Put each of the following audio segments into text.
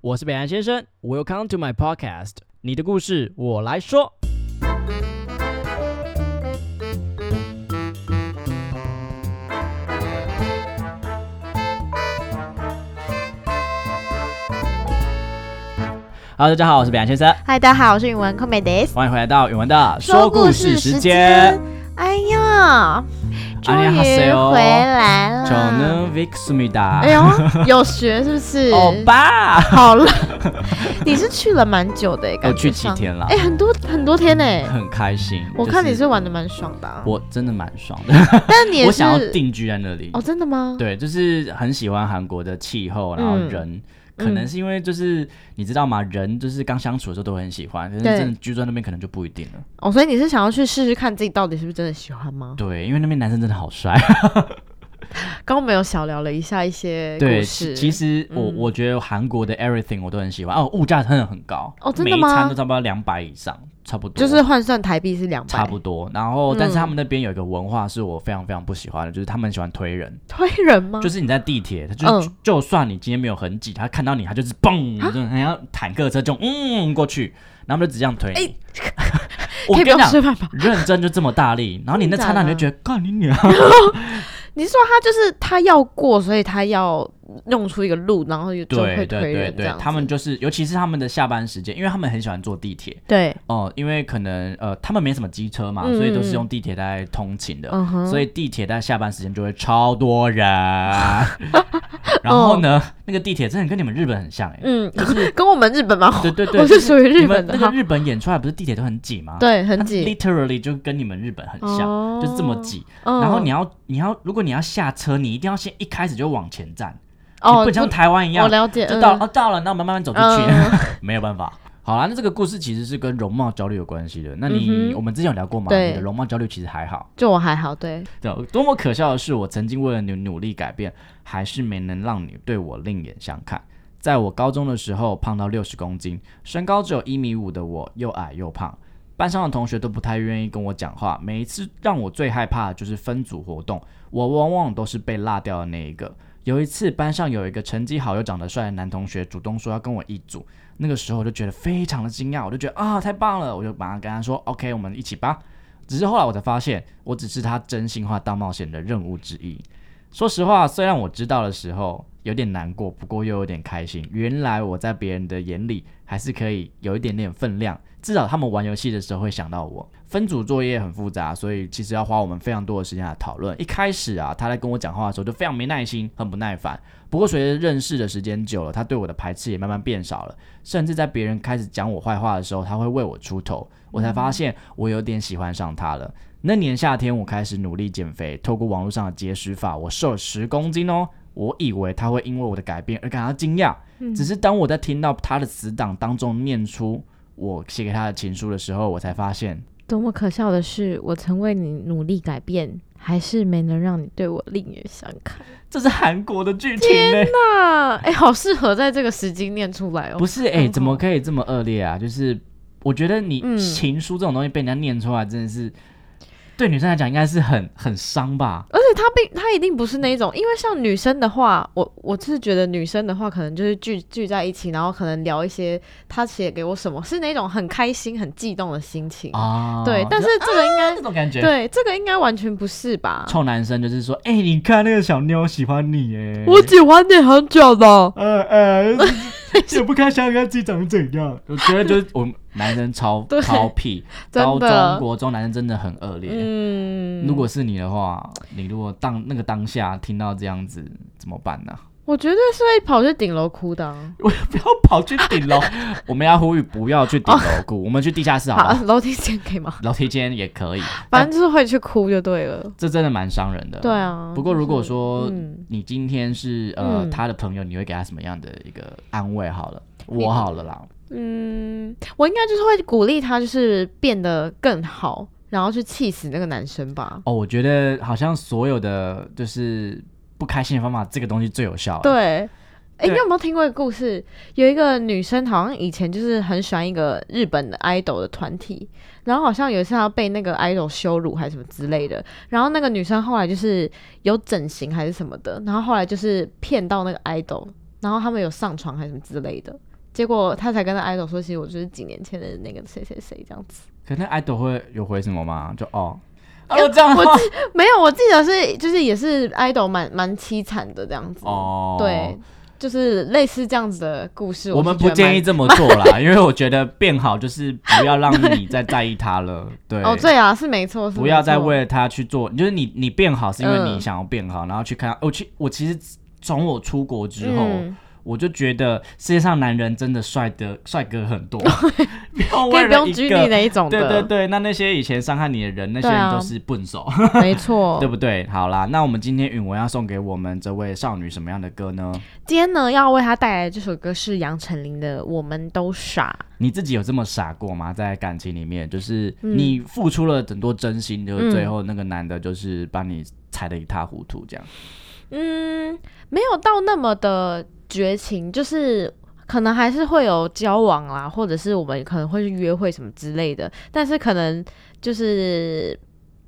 我是北岸先生，Welcome to my podcast，你的故事我来说。Hello，大家好，我是北岸先生，嗨，大家好，我是允文 c o m e d i s 欢迎回来到永文的时间。。哎呀，终 안녕하 于 세요 回来了。 저는 빅스입니다。哎呦，有学是 不是？欧巴，好了，你是去了蛮久的耶，我感觉去几上？天了哎，，很多很多天呢。 很开心。我看就你是玩的蛮爽的啊，我真的蛮爽的， 但你也我是想要定居在那里。哦，真的吗？对，就是很喜欢韩国的气候，然后嗯人。可能是因为就是你知道吗？人就是刚相处的时候都会很喜欢，可是对真的居住在那边可能就不一定了。哦，所以你是想要去试试看自己到底是不是真的喜欢吗？对，因为那边男生真的好帅。刚刚我们有小聊了一下一 些对，故其事，其实我、嗯我觉得韩国的 everything 我都很喜欢。哦，物价真的很高哦真的每一吗餐都差不多两百以上，差不多。就是换算台币是两百，差不多。然后，但是嗯他们那边有一个文化是我非常非常不喜欢的，就是他们很喜欢推人， 推人吗？就是你在地铁，他就、嗯啊就算你今天没有很挤，他看到你，他就是嘣，就很像坦克车就嗯过去，然后他们就只这样推哎你。 我可跟以不你要讲，吃饭吗？认真就这么大力，然后你那刹那你就觉得，干你娘！你是说他就是他要过，所以他要弄出一个路，然后就就对会对对推人这对样，子。他们就是，尤其是他们的下班时间，因为他们很喜欢坐地铁对，哦、因为可能呃他们没什么机车嘛，嗯所以都是嗯用地铁在通勤的。嗯哼，所以地铁在下班时间就会超多 人。 然后呢，那个地铁真的跟你们日本很像哎、嗯，跟我们日本吗？对对对，我是属于日本的你们那哈个，日本演出来不是地铁都很挤吗？，对，很挤， ，literally 就跟你们日本很像，哦就是这么。挤。嗯然后你要你要如果你要下车，你一定要先一开始就往前站，你哦，不像台湾一我我样，了解，就到嗯哦到了，那我们慢慢走出去，嗯 没有办法。好啦，那这个故事其实是跟容貌焦虑有关系的。那你、嗯哼我们之前有聊过吗？对你的容貌焦虑其实还好。就我还好，对，对，多么可笑的是，我曾经为了你努力改变，还是没能让你对我另眼相看。在我高中的时候，胖到六十公斤，身高只有一米五的我，又矮又胖，班上的同学都不太愿意跟我讲话。每一次让我最害怕的就是分组活动，我往往都是被落掉的那一个。有一次，班上有一个成绩好又长得帅的男同学主动说要跟我一组，那个时候我就觉得非常的惊讶，我就觉得啊太棒了，我就马上跟他说 OK，我们一起吧。只是后来我才发现，我只是他真心话大冒险的任务之一。说实话，虽然我知道的时候有点难过，不过又有点开心。原来我在别人的眼里还是可以有一点点分量，至少他们玩游戏的时候会想到我。分组作业很复杂，所以其实要花我们非常多的时间来讨论。一开始啊，他在跟我讲话的时候就非常没耐心，很不耐烦。不过随着认识的时间久了，他对我的排斥也慢慢变少了。甚至在别人开始讲我坏话的时候，他会为我出头。我嗯才发现我有点喜欢上他了。那年夏天，我开始努力减肥，透过网络上的节食法，我瘦了十公斤哦。我以为他会因为我的改变而感到惊讶，嗯只是当我在听到他的死党当中念出我写给他的情书的时候，我才发现，多么可笑的是，我曾为你努力改变，还是没能让你对我另眼相看。这是韩国的剧情呢、那哎，好适合在这个时机念出来哦不。是哎、很好怎么可以这么恶劣啊？就是我觉得你嗯情书这种东西被人家念出来，真的是对女生来讲应该是很很伤吧？而且他并他一定不是那一种，因为像女生的话，我我是觉得女生的话，可能就是聚聚在一起，然后可能聊一些他写给我什么，是那种很开心、很激动的心情。啊，对，但是是这个应该、这种感觉，对这个应该完全不是吧？臭男生就是说，哎、你看那个小妞喜欢你耶，喜欢你很久了，呃 呃，也不看想看自己长得怎样。我觉得就是我们男生 超对超屁，真高中的国中男生真的很恶劣。嗯，如果是你的话，你如果当那个当下听到这样子怎么办呢、我绝对是会跑去顶楼哭的啊、我 不要跑去顶楼， 啊我们要呼吁不要去顶 楼哭，我们去地下室好不好？好，楼梯间可以吗？楼梯间也可以，反但正就是会去哭就对了。这真的蛮伤人的。对啊啊不过如果就是说嗯你今天是呃、嗯他的朋友，你会给他什么样的一个安慰？好了，你我好了啦，嗯，我应该就是会鼓励他，就是变得更好，然后去气死那个男生吧。哦，我觉得好像所有的就是不开心的方法，这个东西最有效。，对，哎、对你有没有听过一个故事？有一个女生好像以前就是很喜欢一个日本的 idol 的团体，然后好像有一次她被那个 idol 羞辱还是什么之类的，然后那个女生后来就是有整形还是什么的，然后后来就是骗到那个 idol，然后他们有上床还是什么之类的。结果他才跟那 idol 说，其实我就是几年前的那个谁谁谁这样子。可是那 idol 会有回什么吗？就哦，哦这样吗哎我没有，我记得是就是也是 idol 蛮蛮凄惨的这样子。 哦，对，就是类似这样子的故事。我是们觉不得建蛮议这么做 啦，因为我觉得变好就是不要让你再在意他 了，对，哦，对啊，是没错，是不没要再错为了他去做，就是你你变好是因为你嗯想要变好，然后去看我去我其实从我出国之后。嗯我就觉得世界上男人真的帅的帅哥很 多，不要为可以不了用一拘泥个。哪一种对对的，对，那那些以前伤害你的人，那些对人啊都是笨手， 没错对。不对？好啦，那我们今天允文要送给我们这位少女什么样的歌呢？今天呢，要为他带来的这首歌是杨丞琳的《我们都傻》。你自己有这么傻过吗？在感情里面，就是嗯你付出了很多真心，就是最后那个男的，就是把你踩得一塌糊涂这样。嗯，没有到那么的绝情，就是可能还是会有交往啦，或者是我们可能会去约会什么之类的，但是可能就是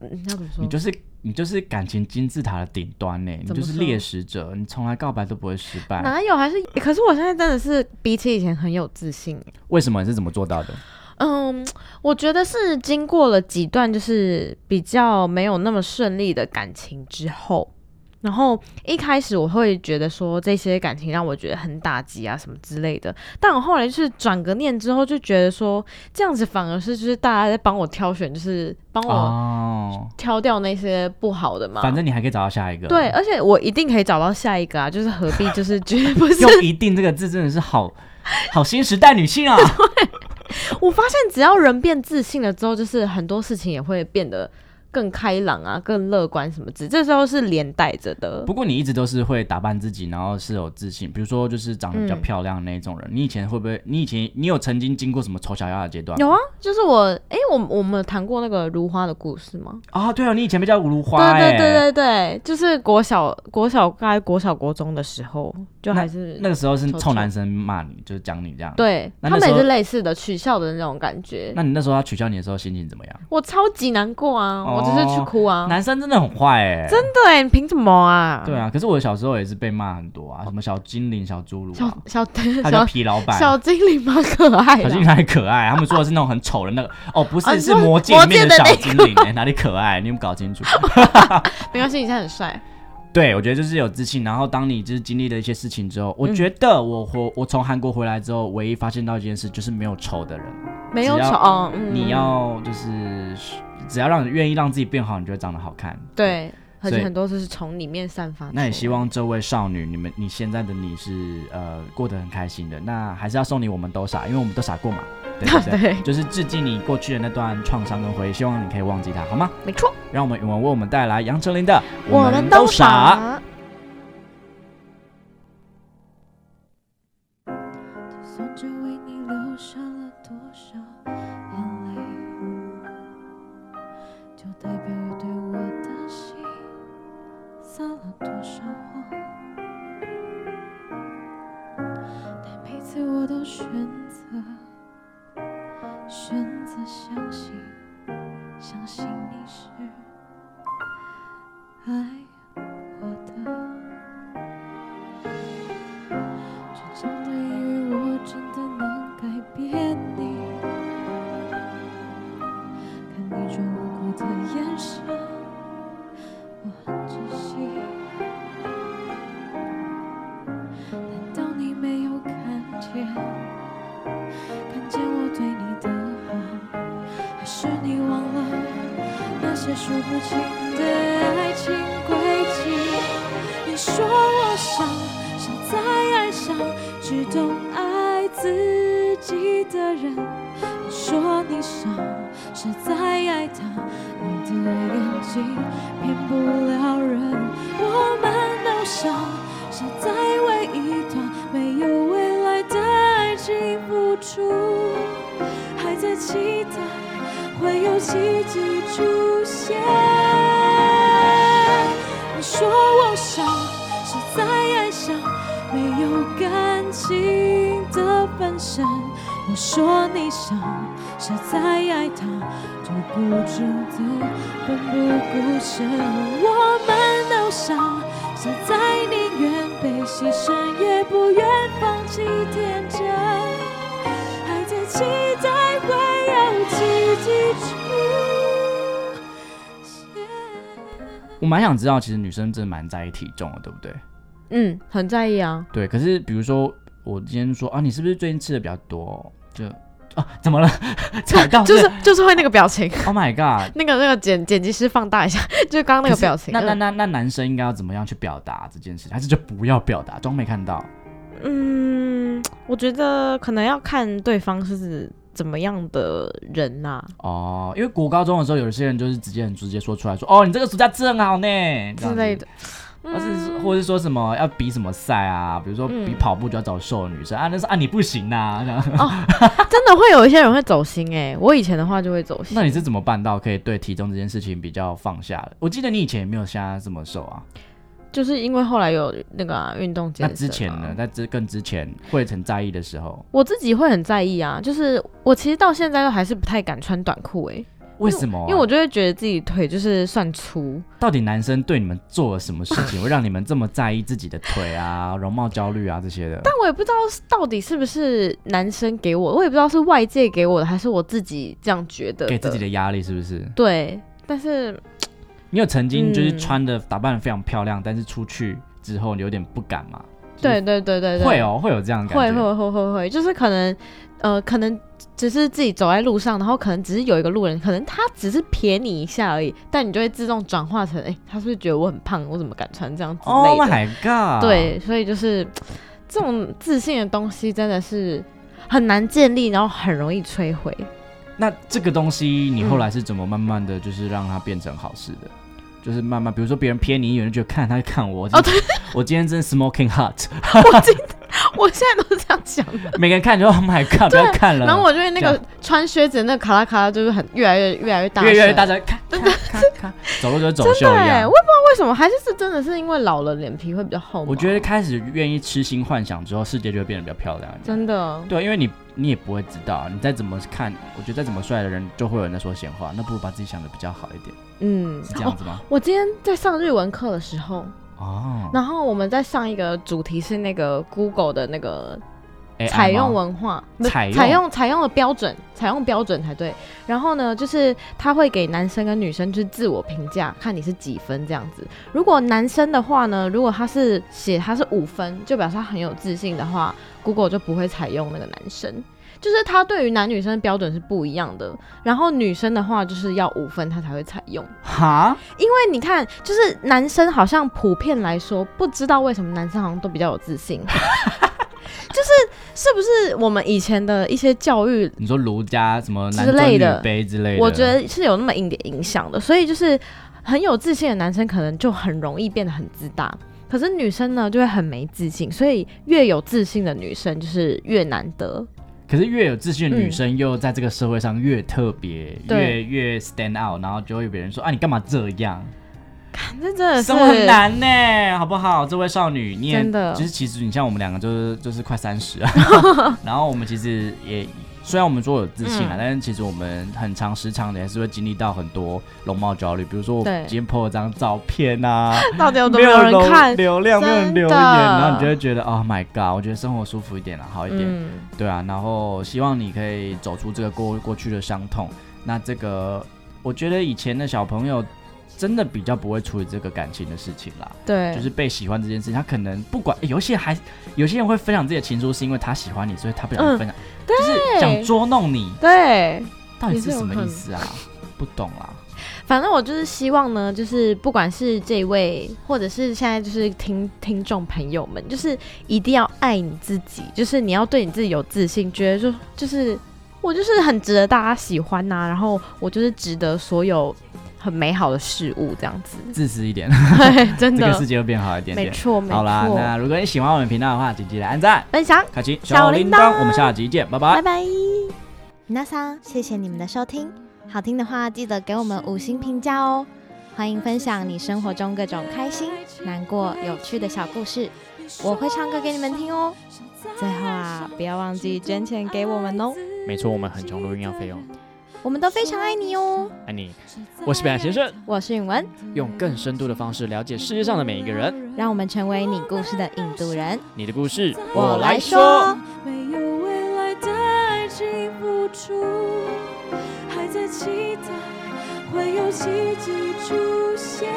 嗯，要怎么说你？就是你就是感情金字塔的顶端呢，你怎么就是猎食者，你从来告白都不会失败。哪有？还是可是我现在真的是比起以前很有自信。为什么你是怎么做到的？嗯，我觉得是经过了几段就是比较没有那么顺利的感情之后，然后一开始我会觉得说这些感情让我觉得很打击啊什么之类的，但我后来就是转个念之后就觉得说这样子反而是就是大家在帮我挑选，就是帮我哦，挑掉那些不好的嘛。反正你还可以找到下一个。啊对，，而且我一定可以找到下一个啊，就是何必就是觉得不是用“一定”这个字真的是 好好新时代女性啊！我发现只要人变自信了之后，就是很多事情也会变得更开朗啊，更乐观什么之，这时候是连带着的不。过你一直都是会打扮自己，然后是有自信，比如说就是长得比较嗯漂亮的那种人。你以前会不会？你以前你有曾经经过什么丑小鸭的阶段吗？有啊，就是我，诶，我我们有谈过那个如花的故事吗？啊，对哦，你以前被叫如花、欸，对对对对对，就是国小国小大概国小国中的时候，就还是那个时候是丑臭丑男生骂你，就是讲你这样。，对那他那们时候也是类似的取笑的那种感觉那。你那时候他取笑你的时候心情怎么样？我超级难过啊，哦我就是去哭啊。男生真的很坏哎、真的。对，你凭什么啊？对啊，可是我小时候也是被骂很多啊，什么小精灵、小侏儒、小啊，小他叫小皮老板。啊小精灵蛮可爱啊小的精灵，哪里可爱？啊他们说的是那种很丑的那个，哦，不是，啊你是说魔戒魔里面戒的小那精灵、欸，哪里可爱？你有没有搞清楚？ 没关系，你现在很帅。对，我觉得就是有自信。然后当你就是经历了一些事情之后，我觉得我我我从韩国回来之后，唯一发现到一件事就是没有丑的人，没有只要丑，哦嗯，你要就是只要让你愿意让自己变好，你就会长得好看。嗯对，而所以且很多就是从里面散发出来。那也希望这位少女，你们你现在的你是呃过得很开心的。那还是要送你我们都傻，因为我们都傻过嘛，对不对？ 对，就是致敬你过去的那段创伤跟回忆，希望你可以忘记它，好吗？没错，让我们永文为我们带来杨丞琳的《都傻》。傻。就算这为你流下了多少眼泪，就代表你对我的心撒了多少谎。但每次我都选择选择相信，相信你是爱我的。就真的以为我真的能改变你，看你转无辜的眼神，我很窒息。难道你没有看见，看见我对你的好，还是你忘了那些数不清的爱情轨迹？你说我傻，傻在爱上只懂爱自己的人。你说你傻，傻在爱他，你的眼睛骗不了人。我们都傻，傻在为一段没有未来的爱情付出，还在期待会有奇迹出现。你说我傻，傻在爱上没有感情的本身。我说你傻，傻在爱他，就不值得奋不顾身。我们都傻，傻在宁愿被牺牲，也不愿放弃天真。期待会让自己出现。我蛮想知道，其实女生真的蛮在意体重的，对不对？嗯，很在意啊。对，可是比如说我今天说啊，你是不是最近吃的比较多？就啊，怎么了？ 踩到就是就是会那个表情， Oh my god！那个那个剪剪辑师放大一下， 就是刚刚那个表情。那那那那男生应该要怎么样去表达这件事？还是就不要表达，装没看到？嗯，我觉得可能要看对方是怎么样的人啊呐、哦，因为国高中的时候，有些人就是直接很直接说出来说，哦，你这个暑假吃很好呢之类，的。这样子或是或是说什么要比什么赛啊，比如说比嗯跑步就要找瘦的女生、啊，那是啊你不行呐、这样真的会有一些人会走心哎、我以前的话就会走心。那你是怎么办到可以对体重这件事情比较放下的？我记得你以前也没有像在这么瘦啊，就是因为后来有那个啊运、动健那身、啊之前呢，？在之更之前会很在意的时候，我自己会很在意啊，就是我其实到现在都还是不太敢穿短裤哎、为什么啊、因为我就会觉得自己腿就是算粗，到底男生对你们做了什么事情，会让你们这么在意自己的腿 啊、容貌焦虑啊这些的？但我也不知道到底是不是男生给我，我也不知道是外界给我的，还是我自己这样觉得给自己的。的压力是不是？对，但是你有曾经就是嗯穿的打扮的非常漂亮，但是出去之后你有点不敢嘛？就是对对对对对，会哦，会有这样的会感觉。会会会会，就是可能，呃，可能只是自己走在路上，然后可能只是有一个路人，可能他只是瞥你一下而已，但你就会自动转化成，哎、他是不是觉得我很胖？我怎么敢穿这样之类 Oh 的？ my god！，对，所以就是这种自信的东西真的是很难建立，然后很容易摧毁。嗯那这个东西你后来是怎么慢慢的就是让它变成好事的？就是慢慢，比如说别人瞥你一眼就觉得看他在看我，哦今天我今天真是 smoking hot， 我现在都是这样想的。每个人看你就 Oh my god，不要看了，啊然后我就会那这个穿靴子的那个卡拉卡拉，就是很越来越越来越大声，越越大家看，看看看，走路就是走秀一对，样我。也不知道为什么，还是是真的是因为老了脸皮会比较厚吗。我觉得开始愿意痴心幻想之后，世界就会变得比较漂亮一点。真的，对，啊因为你你也不会知道，你再怎么看，我觉得再怎么帅的人，就会有人在说闲话，那不如把自己想的比较好一点，嗯，是这哦样子吗？我今天在上日文课的时候，哦，然后我们在上一个主题是那个 Google 的那个 AI 采用吗文化，不是哎采用采用采用的标准，采用标准才对。然后呢，就是他会给男生跟女生去自我评价，看你是几分这样子。如果男生的话呢，如果他是写他是五分，就表示他很有自信的话，Google 就不会采用那个男生。就是他对于男女生的标准是不一样的，然后女生的话就是要五分，他才会采用。哈，因为你看，就是男生好像普遍来说，不知道为什么男生好像都比较有自信，就是是不是我们以前的一些教育，你说儒家什么男之尊类女的卑之类的，我觉得是有那么一点影响的，所以就是很有自信的男生可能就很容易变得很自大。可是女生呢，就会很没自信，所以越有自信的女生就是越难得。可是越有自信的女嗯生，又在这个社会上越特别，越对越 stand out，然后就会有别人说啊，你干嘛这样？看这真的呃是生活很难呢，好不好？这位少女，你也真的其实其实你像我们两个就是就是快三十啊， 然后我们其实也虽然我们说有自信啊，嗯但是其实我们很长时常的还是会经历到很多容貌焦虑，比如说我对今天 po 了张照片 啊。到底有多没没有人流看？流量，没有人留言，真的然后你就会觉得，Oh my god！我觉得生活舒服一点了，好一点。嗯，对啊，然后希望你可以走出这个过过去的伤痛。那这个，我觉得以前的小朋友真的比较不会处理这个感情的事情啦，对，就是被喜欢这件事情，他可能不管诶有些还有些人会分享自己的情书，是因为他喜欢你，所以他不想嗯分享，就是想捉弄你，对。到底也是是有什么可意能思啊？不懂啦。反正我就是希望呢，就是不管是这位，或者是现在就是听听众朋友们，就是一定要爱你自己，就是你要对你自己有自信，觉得就就是我就是很值得大家喜欢呐、然后我就是值得所有很美好的事物这样子， 自私一点，对，真这的个，世界会变好一点没点。错，没好啦，错。那如果你喜欢我们频道的话，请记得按赞、分享，开启小铃铛我们下集见，拜拜拜。拜。那桑，谢谢你们的收听，好听的话记得给我们五星评价哦。欢迎分享你生活中各种开心、难过、有趣的小故事，我会唱歌给你们听哦。最后啊，不要忘记捐钱给我们哦，没错，我们很穷，录音要费用。我们都非常爱你哦。爱你，我是北岸先生，我是允文，用更深度的方式了解世界上的每一个人。让我们成为你故事的引渡人。你的故事，我来说。没有未来的幸福，期待会有奇迹出现。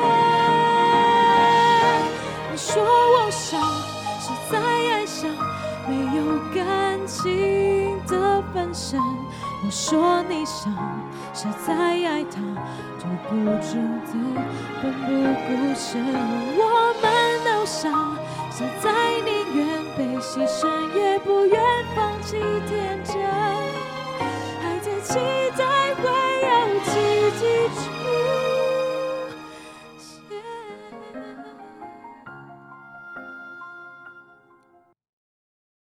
你说我傻，是在爱上没有感情的本身。我说你傻，是在爱他这固执的奋不顾身。我们都傻，是在宁愿被牺牲，也不愿放弃天真。还在期